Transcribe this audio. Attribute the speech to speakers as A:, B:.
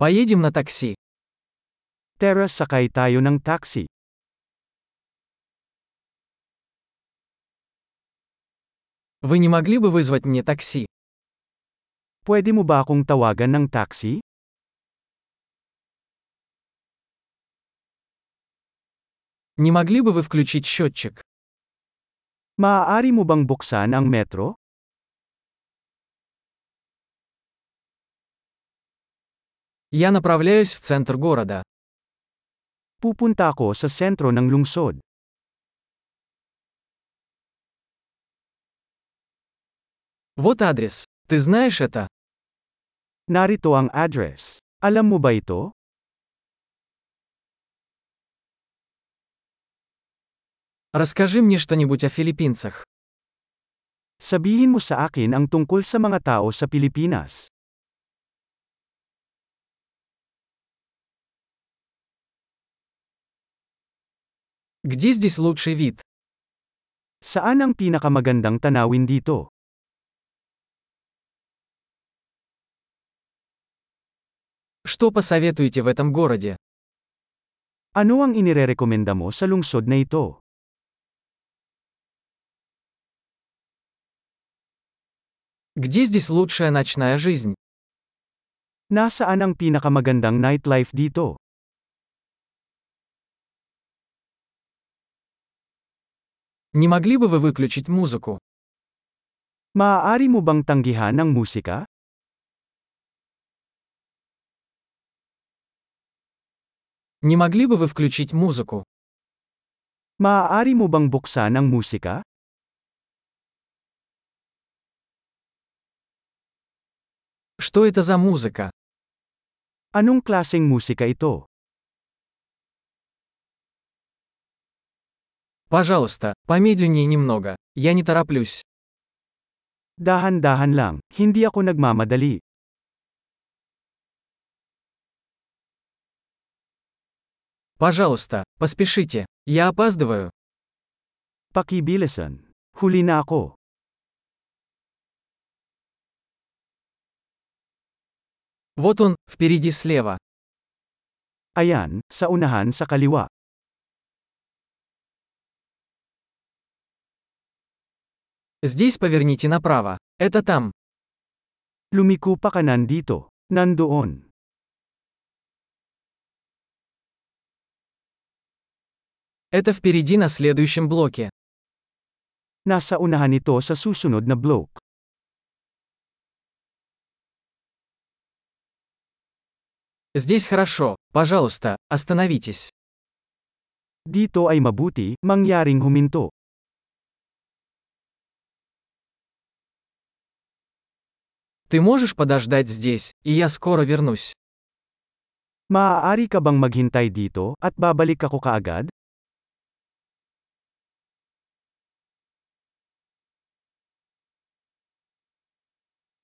A: Поедем на такси.
B: Tara sakay tayo ng taxi.
A: Вы не могли бы вызвать мне такси?
B: Pwede mo ba akong tawagan ng taxi?
A: Не могли бы вы включить счетчик?
B: Maaari mo bang buksan ang metro?
A: Я направляюсь в центр города.
B: Pupunta ako sa sentro ng lungsod.
A: Вот адрес. Ты знаешь это?
B: Narito ang address. Alam mo ba ito?
A: Расскажи мне что-нибудь о филиппинцах.
B: Sabihin mo sa akin ang tungkol sa mga tao sa Pilipinas.
A: Где здесь лучший вид?
B: Saan ang pinakamagandang tanawin dito?
A: Что посоветуете в этом городе?
B: Ano ang inirerekomenda mo sa lungsod na ito?
A: Где здесь лучшая ночная жизнь?
B: Nasaan ang pinakamagandang nightlife dito?
A: Не могли бы вы выключить музыку?
B: Maaari mo bang tanggihan ang musika?
A: Не могли бы вы включить музыку?
B: Maaari mo bang buksan ang musika?
A: Что это за музыка?
B: Anong klaseng musika ito?
A: Пожалуйста, помедленнее немного. Я не тороплюсь.
B: Dahan-dahan lang, hindi ako nagmamadali.
A: Пожалуйста, поспешите. Я опаздываю.
B: Pakibilisan. Huli na ako.
A: Вот он, впереди слева.
B: Ayan, sa unahan sa kaliwa.
A: Здесь поверните направо. Это там.
B: Lumiko pa kanan dito. Nandoon.
A: Это впереди на следующем блоке.
B: Nasa unahan ito sa susunod na block.
A: Здесь хорошо. Пожалуйста, остановитесь.
B: Dito ay mabuti, mangyaring huminto.
A: Ты можешь подождать здесь, и я скоро вернусь.
B: Maaari ka bang maghintay dito, at babalik ako kaagad?